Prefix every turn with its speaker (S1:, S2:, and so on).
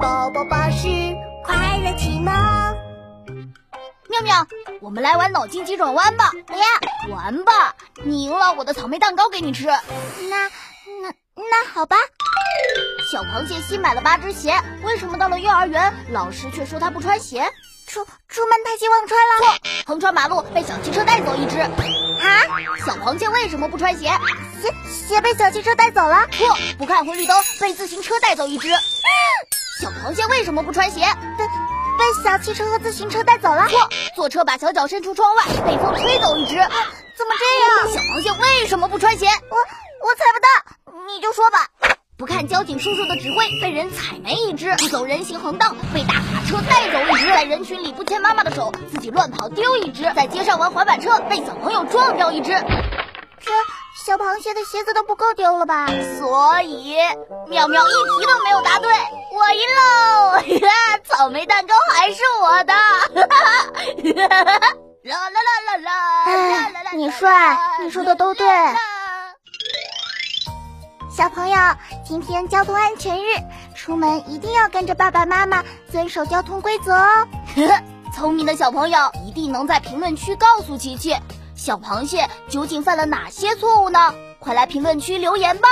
S1: 宝宝巴士快乐启蒙。
S2: 妙妙，我们来玩脑筋急转弯吧！
S1: 哎呀，
S2: 玩吧，你赢了，我的草莓蛋糕给你吃。
S1: 那那那好吧。
S2: 小螃蟹新买了八只鞋，为什么到了幼儿园，老师却说他不穿鞋？
S1: 出出门太急忘穿了。
S2: 横穿马路被小汽车带走一只。
S1: 啊，
S2: 小螃蟹为什么不穿鞋？
S1: 鞋鞋被小汽车带走了。
S2: 不，不看红绿灯被自行车带走一只。小螃蟹为什么不穿鞋？
S1: 被被小汽车和自行车带走了。
S2: 不，坐车把小脚伸出窗外被风吹走一只。
S1: 啊怎么这样？
S2: 小螃蟹为什么不穿鞋？
S1: 我我猜不到，你就说吧。
S2: 不看交警叔叔的指挥，被人踩没一只；不走人行横道，被大卡车带走一只；在人群里不牵妈妈的手，自己乱跑丢一只；在街上玩滑板车，被小朋友撞掉一只。
S1: 这小螃蟹的鞋子都不够丢了吧？
S2: 所以，妙妙一题都没有答对，我赢喽！草莓蛋糕还是我的。啦啦啦啦啦！啦啦啦啦
S1: 哎你帅你说的都对
S2: 啦啦
S1: 小朋友，今天交通安全日，出门一定要跟着爸爸妈妈遵守交通规则哦。
S2: 聪明的小朋友一定能在评论区告诉琪琪，小螃蟹究竟犯了哪些错误呢？快来评论区留言吧！